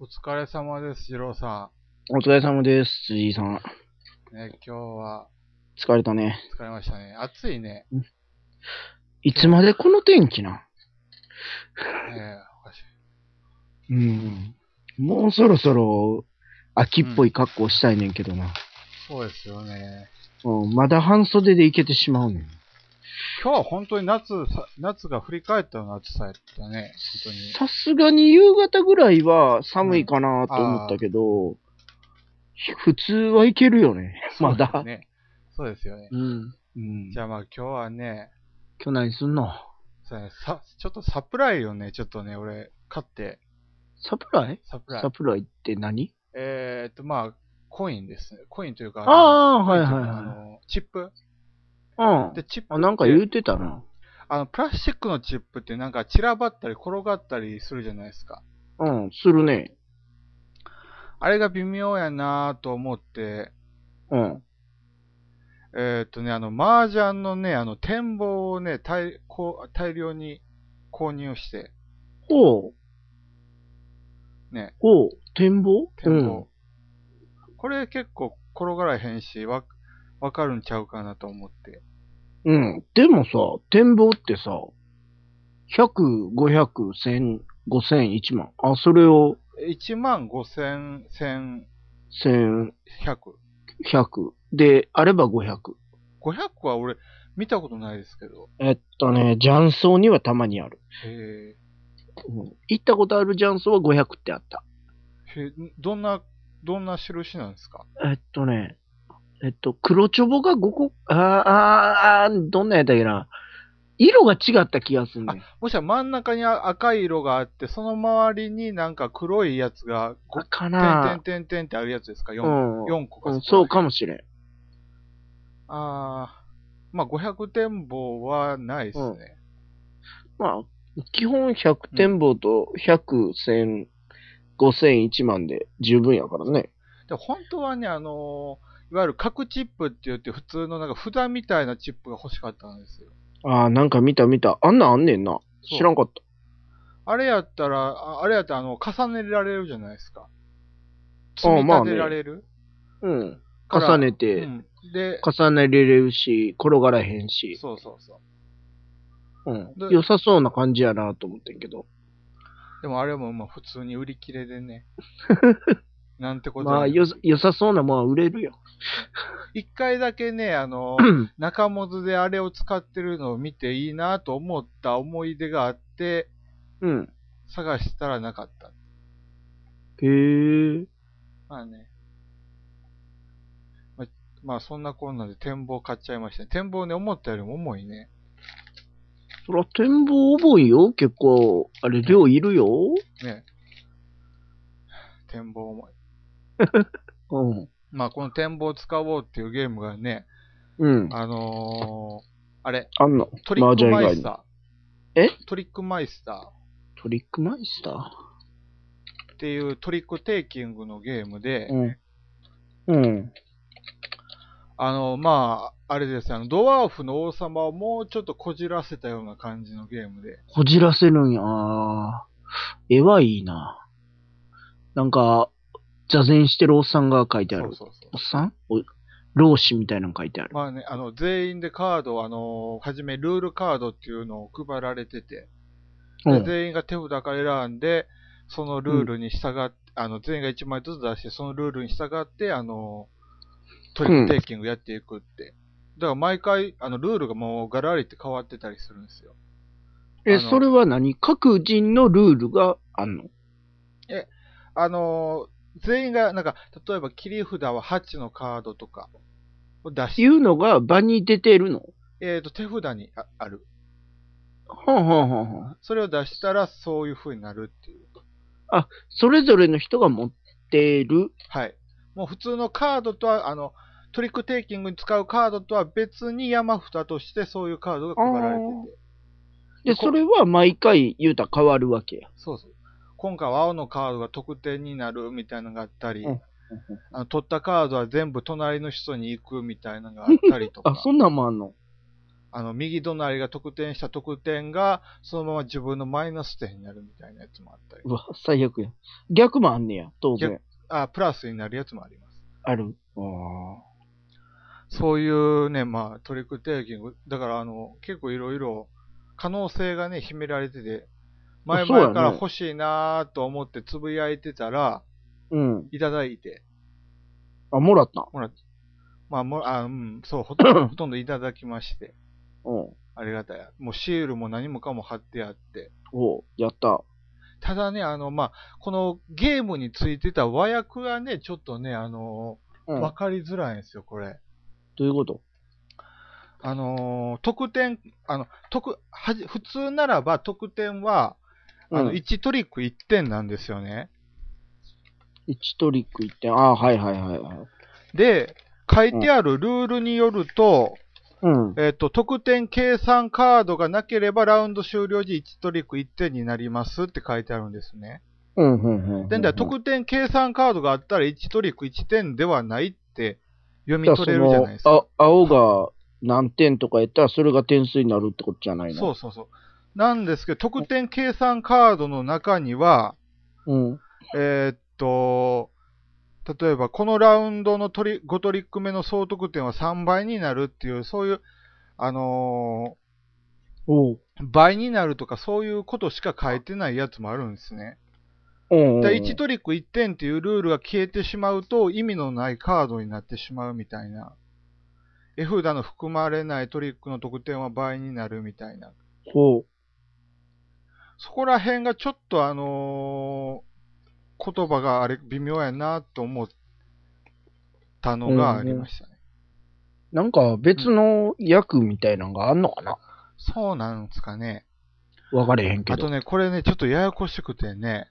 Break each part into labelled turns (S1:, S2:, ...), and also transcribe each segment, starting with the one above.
S1: 疲れ様です、次郎さ
S2: お疲れ様です、辻井さん。
S1: ん。ね、今日は
S2: 疲れたね。
S1: 疲れましたね。暑いね。
S2: いつまでこの天気な
S1: ねおかしい
S2: うん。もうそろそろ秋っぽい格好したいねんけどな。
S1: そうですよね。
S2: うん、まだ半袖でいけてしまうねん。
S1: 今日は本当に夏さ、夏が振り返ったような暑さやったね。本
S2: さすがに夕方ぐらいは寒いかなと思ったけど、普通はいけるよね。
S1: 当に。
S2: まだ
S1: そうですね。そうですよね。
S2: うん。うん。
S1: じゃあまあ今日はね、
S2: 今日何すんの
S1: そうねさちょっとサプライをね、ちょっとね、俺、買って、
S2: サプライ
S1: サプライ
S2: サ。プライって何
S1: えーっと、まあ、コインですね。コインというか、
S2: ああー、
S1: コ
S2: は
S1: イ
S2: い
S1: ンと
S2: は
S1: う
S2: い
S1: か
S2: は
S1: あのチップ
S2: い。うん
S1: で、。チップ。
S2: あ、なんか言うてたな。
S1: あの、プラスチックのチップってなんか散らばったり転がったりするじゃないですか。
S2: うん、するね。
S1: あれが微妙やなぁと思って、
S2: うん。
S1: えーっとね、あの、麻雀のね、あの、展望をね、大こう大量に購入して、
S2: ほう。
S1: ね、
S2: ほう。展望
S1: 展望。これ結構転がらへんし、わ、わかるんちゃうかなと思って。
S2: うん。うん。でもさ、展望ってさ、100、500、1000、5000、1万。あ、それを
S1: 1万5千、千、
S2: 1100。
S1: 百。
S2: で、あれば500。
S1: 500は俺、見たことないですけど。
S2: えっとね、雀荘にはたまにある。
S1: へ
S2: うん行ったことある雀荘は500ってあった。
S1: え。へーどんな、どんな印なんですか
S2: えっとね、えっと、黒チョボが5個、あーあー、あーどんなんやったっけな。色が違った気がすんねん。
S1: もしは真ん中にあ赤い色があって、その周りになんか黒いやつが、ご
S2: あか
S1: てんて
S2: な
S1: んてんてんってあるやつですか ?4
S2: うん
S1: 四個
S2: う
S1: か
S2: ん。そう
S1: か。
S2: かもしれん。
S1: ああ。まあ、500展望はないですね。
S2: まあ、基本100展望と100、1000、5000、1万で十分やからね。
S1: で本当はね、あのーいわゆる角チップって言って、普通のなんか札みたいなチップが欲しかったんですよ。
S2: ああ、なんか見た見た。あんなんあんねんな。
S1: そう
S2: 知らんかった。
S1: あれやったら、ああれやったら、あの、重ねられるじゃないですか。積
S2: あー
S1: み
S2: まあ
S1: 立
S2: ね
S1: てられる、
S2: うん。
S1: から
S2: 重ねて、
S1: うんで、
S2: 重ねれれるし、転がらへんし、
S1: そうそうそう。
S2: うん
S1: で。
S2: 良さそうな感じやなと思ってんけど。
S1: でもあれもまあ普通に売り切れで ね。なんてこと
S2: まあ、
S1: ない
S2: よ、良さそうなもんは売れるよ。
S1: 一回だけね、あ の、中本であれを使ってるのを見ていいなと思った思い出があって、
S2: うん。
S1: 探したらなかった。
S2: へえ。
S1: まあね。まあ、まあ、そんなこんなで展望買っちゃいましたね。展望ね、思ったよりも重いね。
S2: そら、展望重いよ。結構、あれ、量いるよ。
S1: ね。展望重い。
S2: うん。
S1: まあ、この展望を使おうっていうゲームがね、
S2: うん。
S1: あのー、あれ、
S2: あんの。
S1: トリックマイス
S2: に。
S1: ター。
S2: え
S1: トリックマイスター。
S2: トリックマイスター
S1: っていうトリックテイキングのゲームで、
S2: うん。うん。
S1: あの、まあ、あれですあの、ドワーフの王様をもうちょっとこじらせたような感じのゲームで、
S2: こじらせるんや。あー絵はいいな。なんか、座禅してるおっさんが書いてあ
S1: そ
S2: る。
S1: うそうそ
S2: おっさんお老子みたいなの書いてあ
S1: う。
S2: る。
S1: まあね、あの、全員でカードを、あの、はじめルールカードっていうのを配られてて、
S2: う
S1: で
S2: ん。
S1: 全員が手札から選んで、そのルールに従って、あの、全員が1枚ずつ出して、そのルールに従って、あの、トリックテイキングやっていくって。だから毎回、あの、ルールがもうガラリって変わってたりするんですよ。
S2: え、
S1: あの
S2: それは何各人のルールがあんの
S1: あのー全員が、なんか、例えば切り札は8のカードとかを出し
S2: い、うのが場に出てるの
S1: えー、と、手札にあある。
S2: はんはんはんはん
S1: それを出したらそういう風になるっていう。
S2: それぞれの人が持ってる。
S1: はい。もう普通のカードとは、あの、トリックテイキングに使うカードとは別に山札としてそういうカードが配られてて。
S2: で、
S1: こ
S2: それは毎回言うたら変わるわけや。
S1: そうそう。今回は青のカードが得点になるみたいなのがあったり、
S2: うんうん
S1: あの取ったカードは全部隣の人に行くみたいなのがあったりとか。
S2: あ、そんなんもあんの
S1: あの、右隣が得点した得点が、そのまま自分のマイナス点になるみたいなやつもあったり
S2: う。わ、最悪や。逆もあんねや、当然。
S1: あ、プラスになるやつもあります。
S2: ある。あ
S1: そういうね、まあ、トリックテイキング、だからあの、結構いろいろ可能性がね、秘められてて、前
S2: そう
S1: 々
S2: やね
S1: から欲しいなーと思ってつぶやいてたら、
S2: あ。うん。
S1: いただいて、
S2: あ、もらったん。
S1: まあ、もあうん、そう、ほと んどほとんどいただきまして、
S2: うん。
S1: ありがたい。もうシールも何もかも貼ってあって、
S2: おうやった。
S1: ただね、あの、まあ、このゲームについてた和訳がね、ちょっとね、あの、
S2: うん。
S1: わ
S2: ど
S1: かりづらいんですよ、これ。
S2: ういうこと
S1: あのー得点、あの、得、はじ、普通ならば得点は、あの、
S2: うん
S1: 1トリック1点なんですよね。
S2: 1トリック1点。ああ、はいはいはいはい。
S1: で、書いてあるルールによると、
S2: うん。
S1: えっ、と、得点計算カードがなければラウンド終了時1トリック1点になりますって書いてあるんですね。
S2: うん、うん、うん。
S1: で、だから得点計算カードがあったら1トリック1点ではないって読み取れるじゃないですか。
S2: あ青が何点とかやったら、それが点数になるってことじゃないの
S1: そうそうそう。なんですけど、得点計算カードの中には、
S2: う。うん。
S1: えーっと、例えばこのラウンドのトリ5トリック目の総得点は3倍になるっていう、そういう、あの
S2: おう。
S1: ー倍になるとかそういうことしか書いてないやつもあるんですね。
S2: うん、うん。
S1: で1トリック1点っていうルールが消えてしまうと意味のないカードになってしまうみたいな。絵札の含まれないトリックの得点は倍になるみたいな。
S2: ほう。
S1: そこら辺がちょっとあのー言葉があれ微妙やなと思ったのがありましたね。
S2: なんか別の役みたいなのがあんのかな
S1: そうなんですかね。
S2: わかれへんけ
S1: あ
S2: ど。
S1: とね、これね、ちょっとややこしくてね、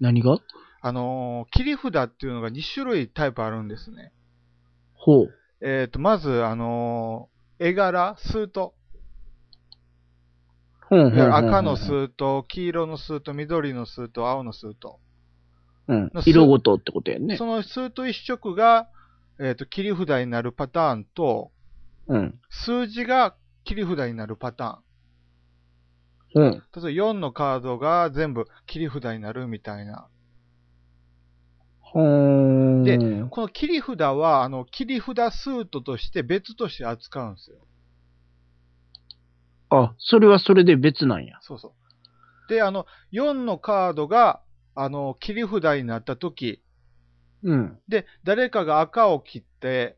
S2: 何が
S1: あのー切り札っていうのが2種類タイプあるんですね。
S2: ほう。
S1: えっ、と、まず、あのー絵柄、スート。
S2: うんうんうんうん
S1: 赤のスート、黄色のスート、緑のスート、青のスート。
S2: うん
S1: の。ス
S2: 色ごとってことやんね
S1: そ。のスート一色が、えっ、と、切り札になるパターンと、
S2: うん。
S1: 数字が切り札になるパターン。
S2: うん。
S1: 例えば4のカードが全部切り札になるみたいな。
S2: ほーん。
S1: でこの切り札は、あの、切り札スートとして別として扱うんですよ。
S2: あ、それはそれで別なんや。
S1: そうそう。で、あの、4のカードが、あの、切り札になった時、
S2: うん。
S1: で、誰かが赤を切って、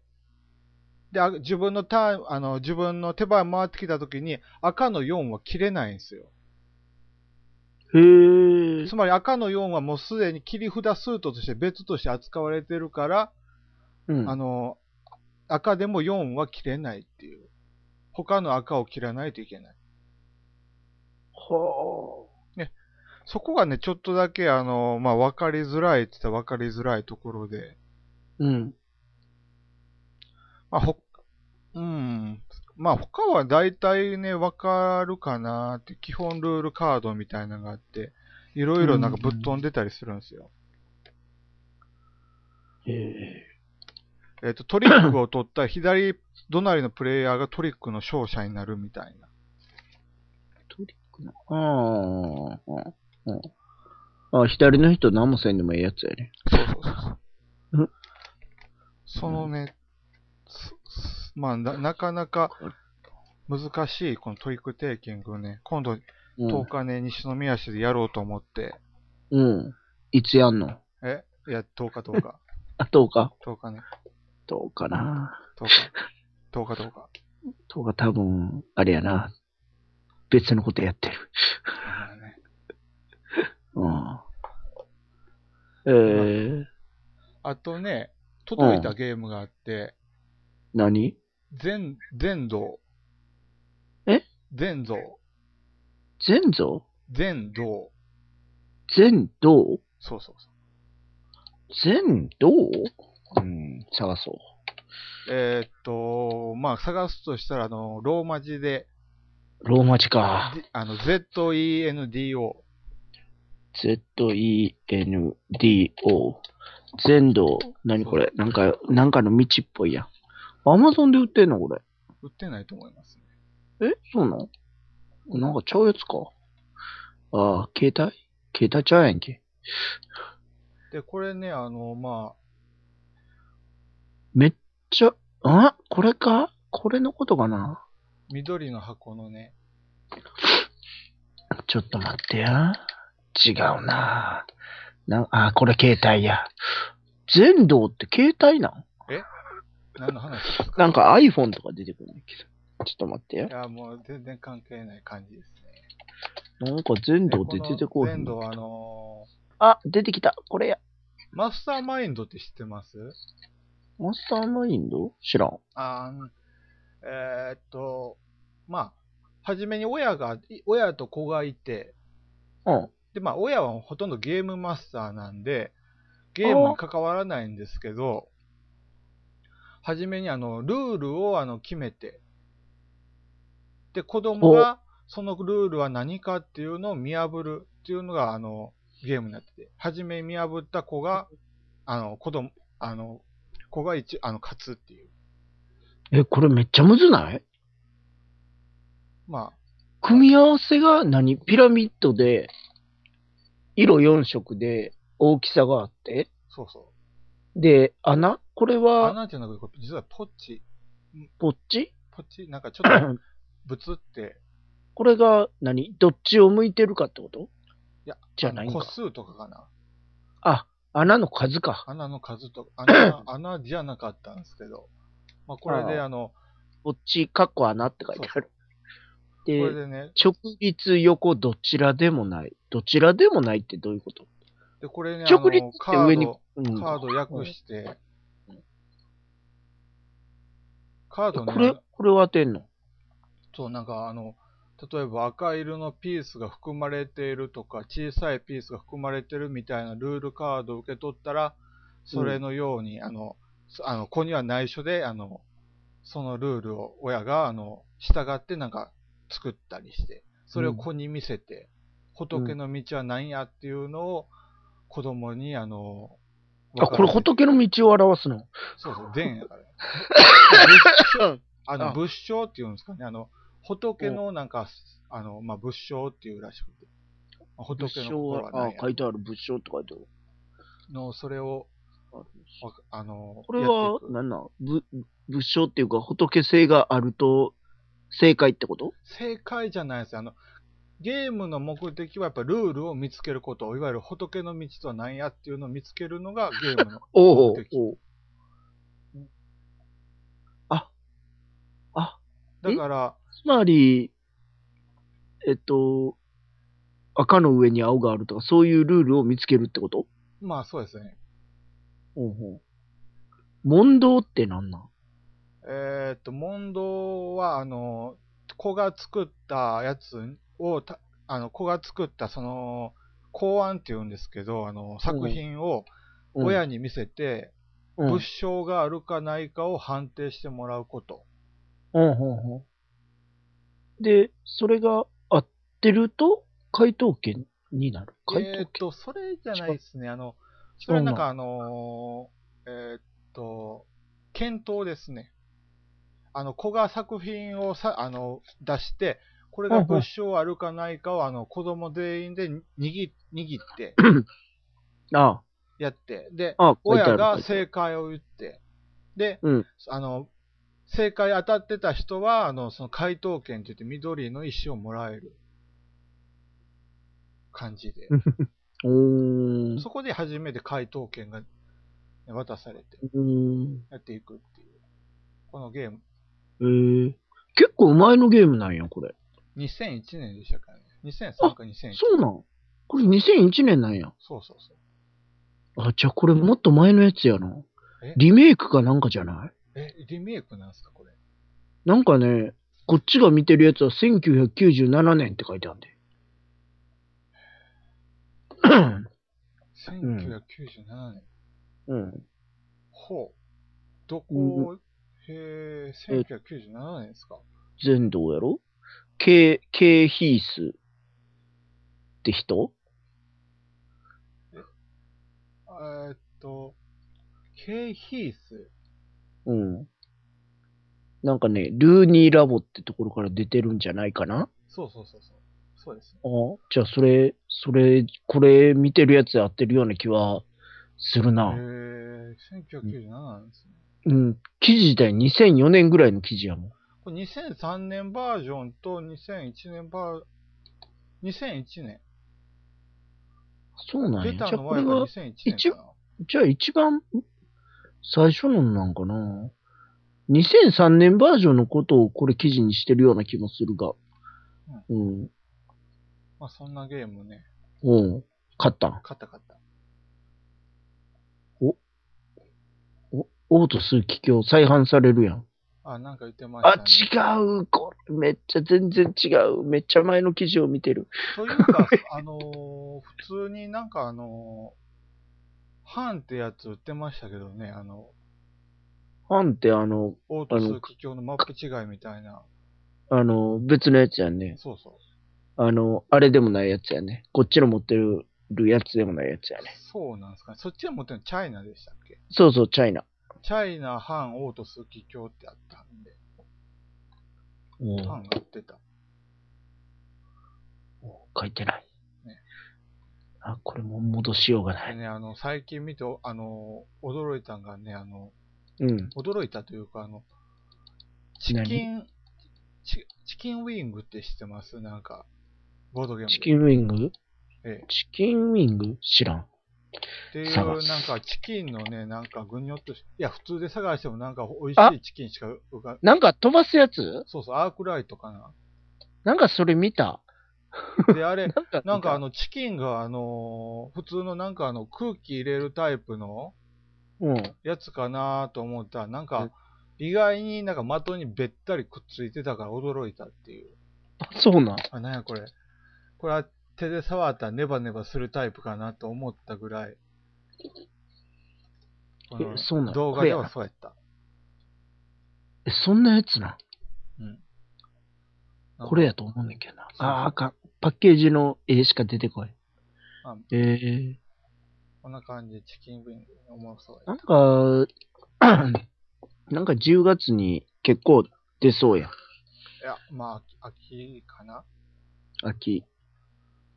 S1: で、あ自分のターン、あの、自分の手番回ってきた時に、赤の4は切れないんですよ。
S2: へえ。
S1: つまり赤の4はもうすでに切り札スートとして別として扱われてるから、
S2: うん
S1: あ。の、赤でも4は切れないっていう。他の赤を切らないといけない。
S2: は
S1: そこがね、ちょっとだけ、あの、まあ、分かりづらいって言ったら分かりづらいところで、
S2: あ。うん。
S1: まあ、ほ、うん、まあ、他は大体ね、分かるかなって、基本ルールカードみたいなのがあって、いろいろなんかぶっ飛んでたりするんですよ。
S2: へえ。
S1: えっ、と、トリックを取った左隣のプレイヤーがトリックの勝者になるみたいな。
S2: トリックな。あーあー。あー、左の人何もせんでもええやつやね。
S1: そうそうそうそ
S2: ん
S1: う。そのね、すすまあな、なかなか難しいこのトリックテイキングをね、今度
S2: うん
S1: 10日ね、西宮市でやろうと思って、
S2: うん。いつやんの
S1: えいや、10日10日、
S2: あ、10日
S1: 10日ね、
S2: どうかな。
S1: 10日、10日10日。
S2: 10日多分、あれやな。別のことやってる。 うん。えー、
S1: あとね、届いたゲームがあって、
S2: 何
S1: 全、全道。
S2: え
S1: 全道。
S2: 全像
S1: 全道。
S2: 全道
S1: そうそうそう。
S2: 全道うん、探そう。
S1: えーっと、まあ、探すとしたら、あの、ローマ字で、
S2: ローマ字か。
S1: で あの、ZENDO。
S2: Z-E-N-D-O。全道。何これなんか、なんかの道っぽいやん。アマゾンで売ってんのこれ。
S1: 売ってないと思いますね。
S2: えそうなんなんかちゃうやつか。ああ、携帯携帯ちゃうやんけ。
S1: で、これね、あの、ま
S2: めっちゃ、あこれかこれのことかな
S1: あ、緑の箱のね、
S2: ちょっと待ってや。違うな。なあ、これ携帯や。全道って携帯なん
S1: 何の話
S2: なんか iPhone とか出てくるんだけど。ちょっと待ってや
S1: い。や、もう全然関係ない感じですね。
S2: なんか全道って出てこ
S1: で
S2: へ
S1: この全
S2: んの
S1: 土はあの
S2: あ、出てきた。これや。
S1: ーマスターマインドって知ってます
S2: マスターマインド知らん。
S1: あーえーっと、まあ、初めに親が、い親と子がいて、
S2: うん。
S1: で、まあ、親はほとんどゲームマスターなんで、ゲームに関わらないんですけど、初めにあの、ルールをあの、決めて、で、子供が、そのルールは何かっていうのを見破るっていうのが、あの、ゲームになってて、初め見破った子が、あの、子供、あの、子が一、あの、勝つっていう。
S2: え、これめっちゃむずない
S1: まあ、
S2: 組み合わせが何ピラミッドで、色4色で大きさがあって、
S1: そうそ
S2: で、穴これ
S1: う。
S2: は
S1: 穴じゃなくて、これ実はポッチ、
S2: ポッチ
S1: ポッチ、なんかちょっ と、ブツって、
S2: これが何どっちを向いてるかってこと
S1: いや、
S2: じゃないん
S1: 個
S2: か。
S1: 数とかかな。
S2: あ、穴の数か。
S1: 穴の数と穴穴じゃなかったんですけ ど、まあ、これで
S2: あ
S1: あの、
S2: ポッチ、カッコ穴って書いてある。
S1: これ
S2: で、
S1: でね、
S2: 直立横どちらでもない。どちらでもないってどういうこと
S1: でこれね、あ
S2: 直立っ
S1: の
S2: て
S1: カ
S2: 上
S1: ー
S2: に
S1: ド、
S2: うん
S1: カード訳して、カード
S2: これ
S1: ね、、
S2: これを当てんの
S1: そう、なんかあの、例えば赤色のピースが含まれているとか、小さいピースが含まれてるみたいなルールカードを受け取ったら、それのように、あの、そあの子には内緒で、あの、そのルールを親が、あの、従ってなんか作ったりして、それを子に見せて、仏の道は何やっていうのを子供に、あの、
S2: あ、
S1: 分
S2: これ
S1: からせて
S2: 仏の道を表すの。
S1: そうそう、善やから。あ
S2: あ
S1: の、仏性っていうんですかね、あの、仏のなんか、あの、まあ、仏性っていうらしくて、まあ
S2: 仏
S1: 仏の
S2: 性
S1: 心
S2: は
S1: は、何
S2: あ
S1: や、
S2: 書いてある、仏性って書いてある。
S1: の、それを、
S2: こ
S1: わかあの、
S2: れ
S1: やっ
S2: は
S1: てい、く
S2: なんなんぶ仏性っていうか、仏性があると、正解ってこと
S1: 正解じゃないですよ。あの、ゲームの目的はやっぱルールを見つけること、いわゆる仏の道とは何やっていうのを見つけるのがゲー ムの
S2: おう
S1: 目的。
S2: おう。あ、あ、
S1: だから、
S2: つまり、えっと、赤の上に青があるとか、そういうルールを見つけるってこと
S1: まあそうですね。
S2: おうおう。問答ってなんなん
S1: えーっと、問答は、あの、子が作ったやつを、たあの、子が作った、その、考案っていうんですけど、あの、作品を
S2: うん
S1: 親に見せて、
S2: うん
S1: 物証があるかないかを判定してもらうこと。
S2: うんうんうん。で、それが合ってると、回答権になる。回
S1: えー
S2: 答
S1: っと、それじゃないですね。あの、そ
S2: そう
S1: れはな
S2: なん
S1: んかあのーえーっと、検討ですね。あの、子が作品をさ、あの、出して、これが物証あるかないかを、あの、子供全員で握、握って、
S2: 権。あ
S1: やって、で、
S2: あ、ああ、書いてあ
S1: 親が
S2: る。書いてある
S1: 正解を言って、で、
S2: うん
S1: あの、正解当たってた人は、あの、その回答権って言って緑の石をもらえる感じで。
S2: うーん。
S1: そこで初めて回答権が渡されて
S2: うーん。
S1: やっていくっていう。このゲーム、
S2: えー、結構前のゲームなんや、これ。
S1: 2001年でしたからね。2003か2001。
S2: そうなんこれ2001年なんや。
S1: そうそうそう。
S2: あ、じゃあこれもっと前のやつやな
S1: え。
S2: リメイクかなんかじゃない
S1: え、リメイクなんですか、これ。
S2: なんかね、こっちが見てるやつは1997年って書いてあるんで。ん
S1: 1997年。
S2: うん。
S1: ほう。どこ、へえ、1997年ですか。
S2: 全道やろケイ、ケイヒースって人
S1: えーっと、ケイヒース。
S2: うん。なんかね、ルーニーラボってところから出てるんじゃないかな
S1: そうそうそうそう。そうです。
S2: あじゃあ、それ、それ、これ見てるやつやってるような気はする
S1: へえ
S2: な。
S1: ー、1997なんですね。
S2: うん。記事自体2004年ぐらいの記事やもん。
S1: これ2003年バージョンと2001年バー、2001年。
S2: そうなんや。
S1: 出
S2: じ
S1: た
S2: ゃあ、
S1: の
S2: こ
S1: はやっ
S2: れ
S1: ぱ
S2: が、
S1: 2001年かな。
S2: じゃあ一番、ん最初のなんかな。2003年バージョンのことをこれ記事にしてるような気もするが。うん。
S1: まあそんなゲームね、
S2: うん。勝ったん。
S1: 勝った勝った。
S2: お、オートス気境再販されるやん。
S1: あ、なんか言ってました、
S2: あ
S1: ね。、
S2: 違う。これ、めっちゃ全然違う。めっちゃ前の記事を見てる。
S1: というか、あのー普通になんかあのーハンってやつ売ってましたけどね、あの、
S2: ファンってあの、
S1: オートス気境のマップ違いみたいな。
S2: あの、別のやつやんね。
S1: そうそう。
S2: あの、あれでもないやつやね。こっちの持ってるやつでもないやつやね。
S1: そうなんですかね。そっちは持ってるのチャイナでしたっけ
S2: そうそう、チャイナ。
S1: チャイナ、ハン、オートス気境ってあったんで、ハンが売ってた。
S2: 書いてない
S1: ね。
S2: あ、これも戻しようがな
S1: で
S2: い。
S1: ね、あの、最近見て、あの、驚いたんがね、あの、
S2: うん。
S1: 驚いたというか、あの、チキン、チチキンウィングって知ってますなんか、ボードゲームで。
S2: チキンウィング
S1: ええ
S2: チキンウィング知らん。
S1: っていう、
S2: 探す
S1: なんかチキンのね、なんかぐにょっとし、いや、普通で探してもなんか美
S2: あ
S1: 味しいチキンしか浮か
S2: なんか飛ばすやつ
S1: そうそう、アークライトか な。
S2: なんかそれ見た。
S1: で、あれ、
S2: なんか見た
S1: なんかあ、の、チキンがあのー普通のなんかあの、空気入れるタイプの
S2: うん。
S1: やつかなと思ったら、なん
S2: う
S1: か
S2: ん、
S1: 意外になんか的にべったりくっついてたから驚いたっていう。
S2: あそうなん。
S1: あ、なんやこれ。これは手で触ったらネバネバするタイプかなと思ったぐらい。この
S2: えそうなの
S1: 動画ではそうやった。
S2: え、そんなやつなん。
S1: うん。
S2: これやと思うねんけどな。あーあかん。パッケージの絵しか出てこい
S1: あ。
S2: えー、
S1: こんな感じでチキンウィングおもろそう
S2: な
S1: や
S2: んか、 なんか10月に結構出そうやん。
S1: いや、まあ、秋秋かな、
S2: 秋。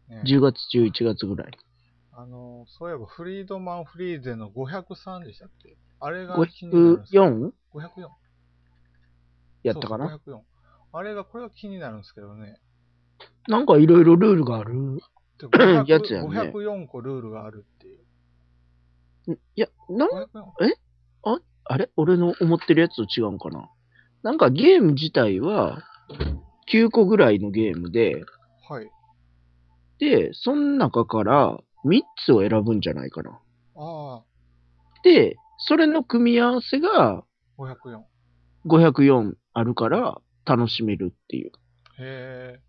S1: ね、
S2: 10月、11月ぐらい。
S1: あの、そういえばフリードマン・フリーゼの503でしたっけあれが気になるんですけど
S2: 504?
S1: 504
S2: やったかな
S1: そうそう504あれが、これが気になるんですけど ね。
S2: なんかいろいろルールがある。
S1: で500
S2: やつやね
S1: 504個ルールがあるっていう。
S2: んいや、なん
S1: 504
S2: あれ俺の思ってるやつと違うんかななんかゲーム自体は9個ぐらいのゲームで、
S1: はい。
S2: で、その中から3つを選ぶんじゃないかな。
S1: あ
S2: で、それの組み合わせが
S1: あ、504。
S2: 504あるから楽しめるっていう、
S1: へえ、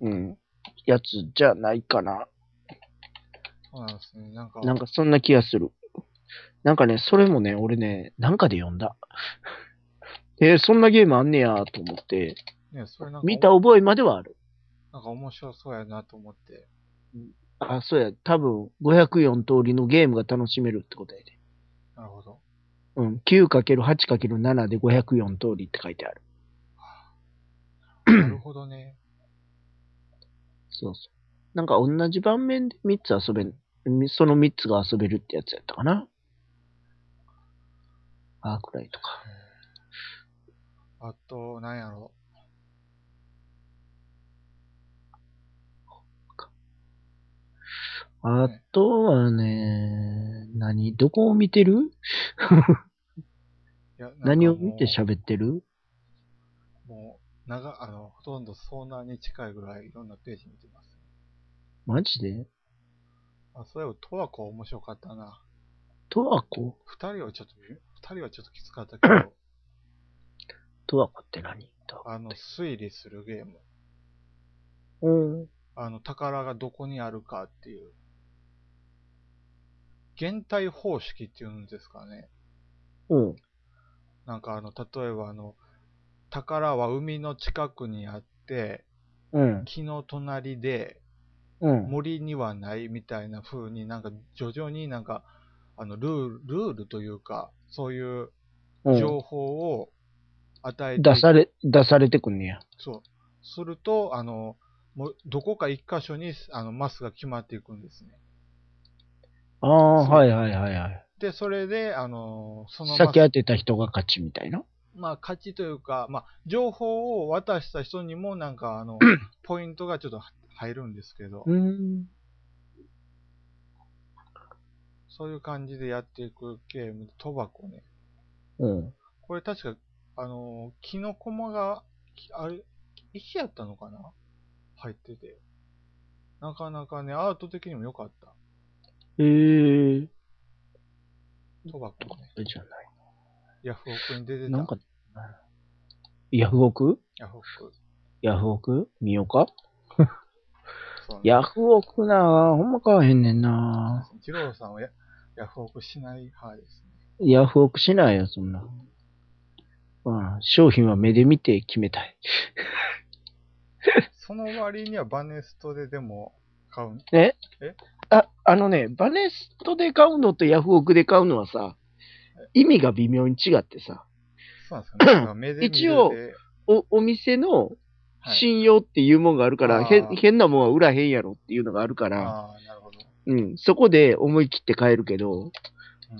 S2: うん、やつじゃないかな。
S1: そうなんですね。なんか、
S2: なんかそんな気がする。なんかね、それもね、俺ね、なんかで読んだ。 えーそんなゲームあんねやと思って、
S1: ね、それなんか、
S2: 見た覚えまではある。
S1: なんか面白そうやなと思って。
S2: あ、そうや、多分504通りのゲームが楽しめるってことやで。
S1: なるほ ど。
S2: うん、9×8×7 で504通りって書いてある。
S1: なるほどね。
S2: そうそう。なんか同じ盤面で3つ遊べん、みその3つが遊べるってやつやったかな。アークライトか。
S1: あと、なんやろ
S2: あとはね、何どこを見てる
S1: う。いやなんか
S2: 何を
S1: もう
S2: 見て喋ってる
S1: もう、長、あの、ほとんど遭難に近いぐらいいろんなページ見てます。
S2: マジで
S1: あ、そういえば、トワコ面白かったな。
S2: トワコ
S1: 二人はちょっと、二人はちょっときつかったけ ど、
S2: トワコって何ト
S1: あの、推理するゲーム。
S2: ワコ
S1: あの、宝がどこにあるかっていう。減体方式っていうんですかね。
S2: うん。うん。
S1: なんかあの、例えばあの、宝は海の近くにあって、
S2: うん。
S1: 木の隣で
S2: うん。
S1: 森にはないみたいな風になんか徐々になんか、あの、ルール、ルールというか、そういう
S2: うん。
S1: 情報を与えてい
S2: 出され、出されてくんねや。
S1: そう。すると、あの、もうどこか一箇所にあのマスが決まっていくんですね。
S2: ああ、
S1: そう
S2: はいはいはいはい。
S1: で、それで、あの、そのマ
S2: 先
S1: ス、
S2: 当てた人が勝ちみたいな。
S1: まあ、勝ちというか、まあ、情報を渡した人にも、なんか、あ の、ポイントがちょっと入るんですけど、
S2: うん。
S1: そういう感じでやっていくゲーム、トバコね。
S2: うん。
S1: これ確か、あの、キノコマが、きあれ、石やったのかな入ってて。なかなかね、アート的にも良かった。
S2: ええ
S1: トバコね。
S2: ー。じゃない。
S1: ヤフオクに出てた。
S2: なんか、ヤフオク
S1: ヤフオク。
S2: ヤフオク見ようか
S1: そうね。
S2: ヤフオクなぁ、ほんま買わへんねんな
S1: ジローさんはヤヤフオクしない派ですね。
S2: ぁ。ヤフオクしないよ、そんな。うん、商品は目で見て決めたい。
S1: その割にはバネストででも買うん。
S2: あ、あのね、バネストで買うのとヤフオクで買うのはさ、意味が微妙に違ってさ、
S1: そうなんですかね。だから目で見るで
S2: 一応お、お店の
S1: はい
S2: 信用っていうもんがあるから、
S1: あー
S2: へん変なもんは売らへんやろっていうのがあるから、
S1: ああ、なるほど。
S2: うん、そこで思い切って買えるけど、
S1: うん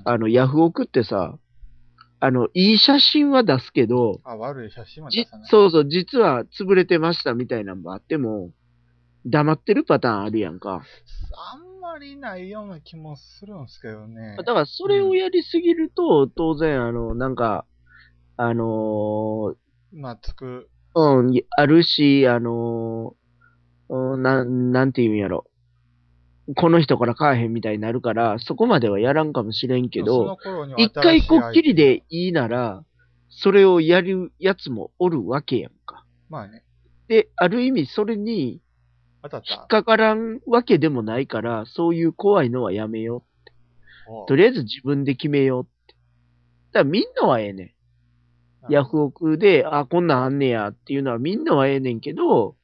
S2: あの、ヤフオクってさ、あの、いい写真は出すけど、
S1: あ、悪い写真は出
S2: じ
S1: さない。
S2: そうそう、実は潰れてましたみたいなのもあっても、黙ってるパターンあるやんか。
S1: あんまりないような気もするんですけどね。
S2: だから、それをやりすぎると、当然、あの、なんか、あの
S1: まあ、つく。
S2: ーうん、あるし、あのーうんなん、なんて言うんやろ。この人から買わへんみたいになるから、そこまではやらんかもしれんけ
S1: その
S2: ど、
S1: 頃には新しい
S2: 一回こっきりでいいなら、それをやるやつもおるわけやんか。
S1: まあね、
S2: で、ある意味、それに、
S1: 当たっ。
S2: 引ったかからんわけでもないから、そういう怖いのはやめよ
S1: お
S2: う。
S1: う
S2: とりあえず自分で決めようって。だからみんなはええねん。ヤフオクで、あ、こんなんあんねやっていうのはみんなはええねんけど、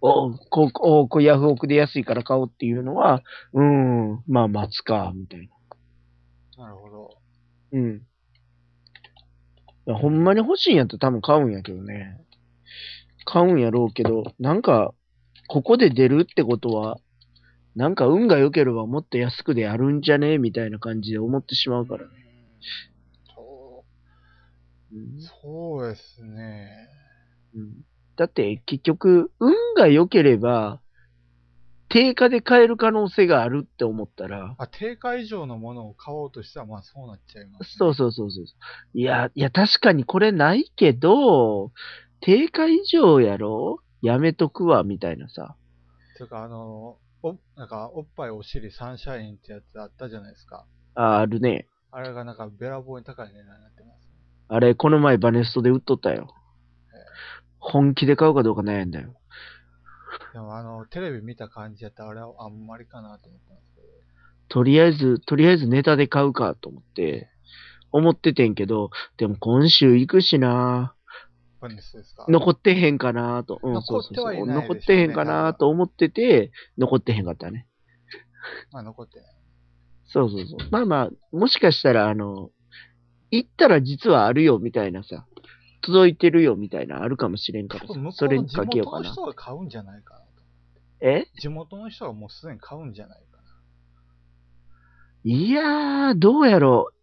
S2: おこおこヤフオクで安いから買おうっていうのは、うーん、まあ待つか、みたいな。
S1: なるほど。
S2: うん。いやほんまに欲しいんやったら多分買うんやけどね。買うんやろうけど、なんか、ここで出るってことは、なんか運が良ければもっと安くでやるんじゃねえみたいな感じで思ってしまうから。
S1: そ
S2: うん
S1: うそうですね。
S2: うんだって結局、運が良ければ、定価で買える可能性があるって思ったら、
S1: あ、定価以上のものを買おうとしたら、まあそうなっちゃいます、ね。
S2: そうそうそうそう。いや、いや、確かにこれないけど、定価以上やろやめとくわ、みたいなさ。
S1: ていうか、あの、お、なんか、おっぱいお尻サンシャインってやつあったじゃないですか。
S2: ああるね。
S1: あれがなんか、べらぼうに高い値段になってます、ね。
S2: あれ、この前バネストで売っとったよ。本気で買うかどうか悩んだよ。
S1: でも、あの、テレビ見た感じやったら、あれはあんまりかなと思ったんですけど。
S2: とりあえず、とりあえずネタで買うかと思って、思っててんけど、でも今週行くしな
S1: バネストですか
S2: 残ってへんかなと、うん、
S1: 残ってはいないでしょうね
S2: 残ってへんかなと思ってて、残ってへんかったね。
S1: まあ残ってない。
S2: そうそうそう。まあまあ、もしかしたら、あの、行ったら実はあるよみたいなさ、届いてるよみたいなあるかもしれんから
S1: 多
S2: さ
S1: 分向、こ
S2: そうれ
S1: の
S2: に
S1: 地
S2: かけよう
S1: 元
S2: か
S1: の
S2: な。
S1: 人が買うんじゃないかなと。
S2: え
S1: 地元の人がもうすでに買うんじゃないかな。
S2: いやー、どうやろう。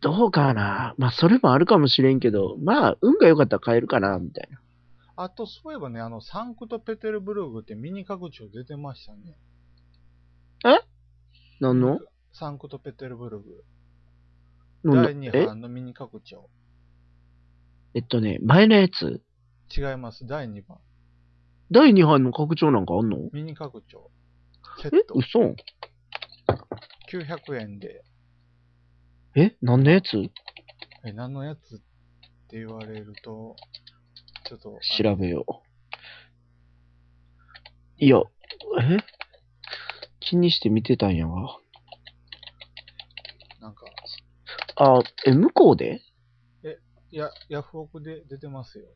S2: どうかな。まあ、それもあるかもしれんけど、まあ、運が良かったら買えるかな、みたいな。
S1: あと、そういえばね、あの、サンクトペテルブルグってミニ拡張出てましたね。
S2: なんの
S1: サンクトペテルブルグ。
S2: な
S1: 第
S2: ん
S1: 2
S2: だえ
S1: 版のミニ拡張。
S2: えっとね、前のやつ、
S1: 違います。第2版。
S2: 第2版の拡張なんかあんの
S1: ミニ拡張。セ
S2: え
S1: ット。
S2: 嘘
S1: 900円で。
S2: え何のやつ
S1: え、何のやつって言われると、ちょっと。
S2: 調べよう。いや、え気にして見てたんやが。
S1: あのなんか、
S2: あ、え、向こうで
S1: いや、ヤフオクで出てますよ。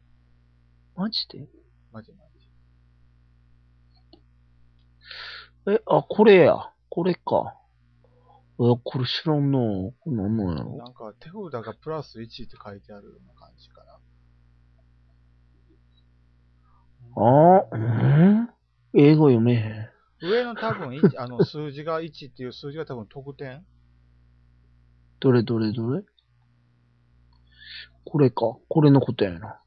S2: マジで
S1: マジマジ。
S2: え、あ、これや。これか。え、これ知らんなぁ。これ何なんやろ
S1: なんか、手札がプラス1って書いてあるような感じかな。
S2: ああ、うん英語読めへん。
S1: 上の多分、いちあの、数字が1っていう数字が多分得点
S2: どれどれどれこれか。これのことやな。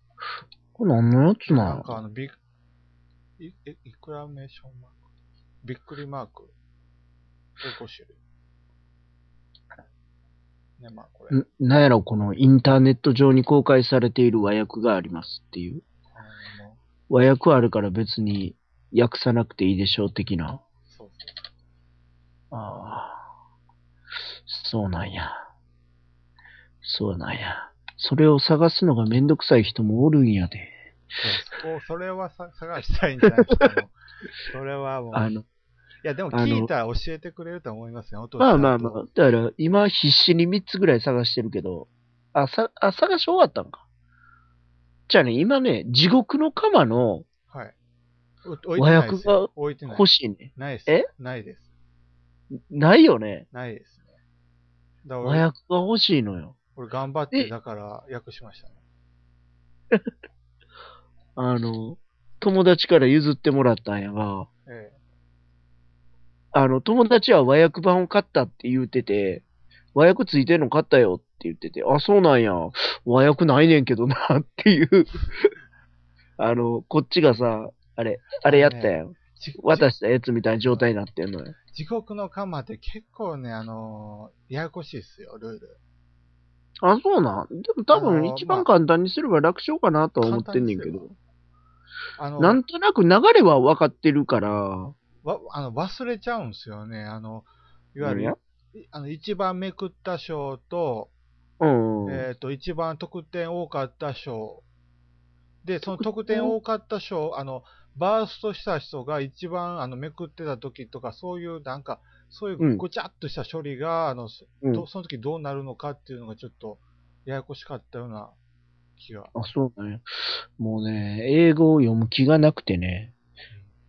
S2: これ何のやつな
S1: なん
S2: の
S1: かあの、ビッ、い、え、イクラメーションマークびっくりマーク。これ5種類。ね、まあこれ。
S2: んなんやろ、このインターネット上に公開されている和訳がありますっていう。
S1: あの
S2: 和訳あるから別に訳さなくていいでしょう的な。
S1: そうそう。
S2: ああ。そうなんや。そうなんや。それを探すのがめんどくさい人もおるんやで。
S1: そうそこそれはさ探したいんじゃないですか。もうそれはもう。
S2: あの、
S1: いや、でも
S2: あの
S1: 聞いたら教えてくれると思いますよ、お父
S2: ま
S1: さ
S2: あ
S1: んと
S2: まあまあ。だから今必死に3つぐらい探してるけど、あ、さ、あ、探し終わったんか。じゃあね、今ね、地獄の釜の
S1: はい。う置いてないです
S2: 和
S1: よ
S2: 訳。
S1: 置いてない。
S2: 欲しいね。
S1: ないです。
S2: え
S1: ないです。
S2: ないよね。
S1: ないですね。だから
S2: 和
S1: 俺、
S2: 訳が欲しいのよ。
S1: 俺頑張って、
S2: え
S1: だから、訳しましたね。
S2: あの、友達から譲ってもらったんやが、
S1: ええ。
S2: あの、友達は和訳版を買ったって言うてて、和訳ついてんの買ったよって言ってて、あ、そうなんや。和訳ないねんけどな、っていう。 あの、こっちがさ、あれ、あれやったやん。
S1: じ
S2: 渡したやつみたいな状態になってんのよ。
S1: 地獄の釜って結構ね、あのーややこしいっすよ、ルール。
S2: あ、そうなん。でも多分一番簡単にすれば楽勝かなとは思ってんねんけど。
S1: あの、
S2: なんとなく流れは分かってるから、
S1: わあの忘れちゃうんすよね。あの、いわゆ
S2: 何や
S1: る、いあの、一番めくった賞と、
S2: うんうん。
S1: えっ、と、一番得点多かった賞。で、その得点多かった賞、あの、バーストした人が一番あのめくってた時とか、そういうなんか、そういううんごちゃっとした処理が、あの、そ
S2: うん
S1: どその時どうなるのかっていうのがちょっとややこしかったような気が。
S2: あ、そうね。もうね、英語を読む気がなくてね。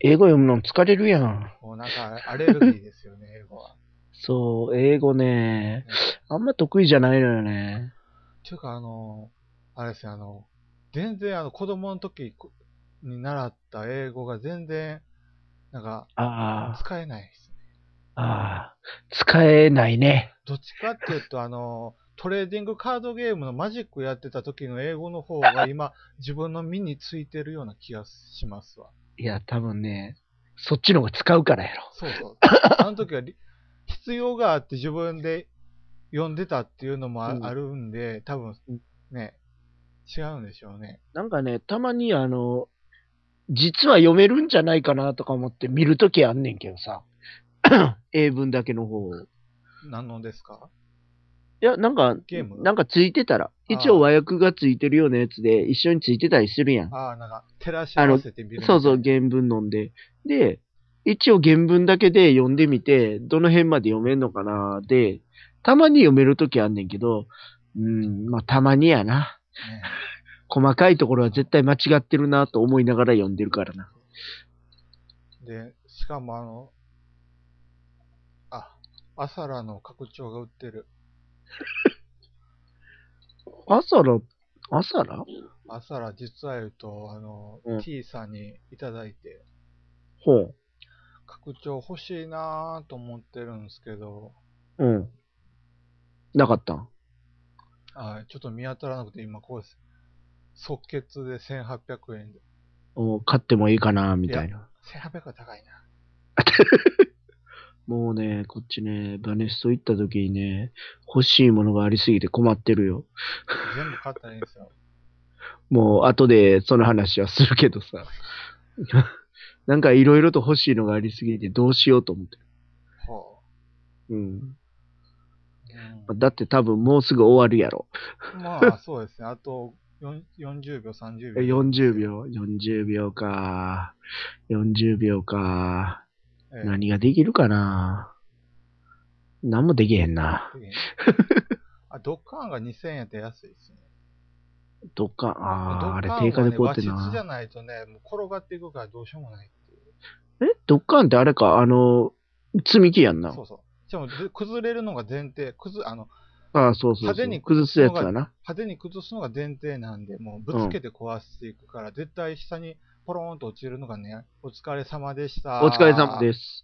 S2: 英語読むの疲れるやん。
S1: もうなんかアレルギーですよね、英語は。
S2: そう、英語ね、あんま得意じゃないのよね。
S1: っていうか、あの、あれですね、あの、全然あの子供の時こに習った英語が全然、なんか、
S2: あ
S1: 使えないですね。
S2: あ、ああ、使えないね。
S1: どっちかっていうと、あ の、トレーディングカードゲームのマジックやってた時の英語の方 が今、自分の身についてるような気がしますわ。
S2: いや、多分ね、そっちの方が使うからやろ。
S1: そうそう。あの時はり、必要があって自分で読んでたっていうのもあ,、
S2: うん
S1: るんで、多分
S2: うん、
S1: ね、違うんでしょうね。
S2: なんかね、たまにあの、実は読めるんじゃないかなとか思って見るときあんねんけ どさ。英文だけの方を。い
S1: 何のですか
S2: や、なんか、
S1: ゲーム
S2: なんかついてたら。
S1: あー
S2: 一応和訳がついてるようなやつで一緒についてたりするやん。
S1: ああ、なんか、照らし合わせてみるみたい
S2: そう
S1: な。
S2: そう、原文飲んで。で、一応原文だけで読んでみて、どの辺まで読めんのかなで、たまに読めるときあんねんけど、うん、まあたまにやな。
S1: ね
S2: 細かいところは絶対間違ってるなと思いながら読んでるからな。
S1: で、しかもあの、あ、アサラの拡張が売ってる。
S2: アサラ、アサラ
S1: アサラ実は言うと、あの、
S2: うん
S1: T さんにいただいて、
S2: ほう。
S1: 拡張欲しいなぁと思ってるんですけど、
S2: うん。なかったん
S1: はい、ちょっと見当たらなくて今こうです。即決で1800円で。
S2: お買ってもいいかなみたいな。
S1: 1800円は高いな。
S2: もうね、こっちね、バネスト行った時にね、欲しいものがありすぎて困ってるよ。
S1: 全部買ったらいいんです よ。
S2: もう後でその話はするけどさ。 なんかいろいろと欲しいのがありすぎてどうしようと思って
S1: ほ
S2: る。うん。
S1: う。うん
S2: だって多分もうすぐ終わるやろ。
S1: まあ、そうですね。あと4 40秒、30秒。
S2: 40秒、40秒か。40秒か。
S1: ええ
S2: 何ができるかな。何もできへんな。
S1: あ、ドッカーンが2000円って安いですね。
S2: どっか、
S1: ド
S2: ああ、あ
S1: ッ
S2: れ
S1: カーン
S2: 定価
S1: は
S2: で
S1: ね
S2: こうって
S1: 和室じゃ
S2: な。
S1: ないとね、もう転がっていくからどうしようもないっていう。
S2: えドッカンってあれか、あの、積み木やんな
S1: そ。うそう。しかもず崩れるのが前提、崩あの
S2: ああ、そうそう
S1: 派
S2: そ
S1: 手
S2: う。
S1: に
S2: 崩すやつだな。
S1: 派手に崩すのが前提なんで、もうぶつけて壊していくから、絶対下にポローンと落ちるのがね、お疲れ様でした。
S2: お疲れ様です。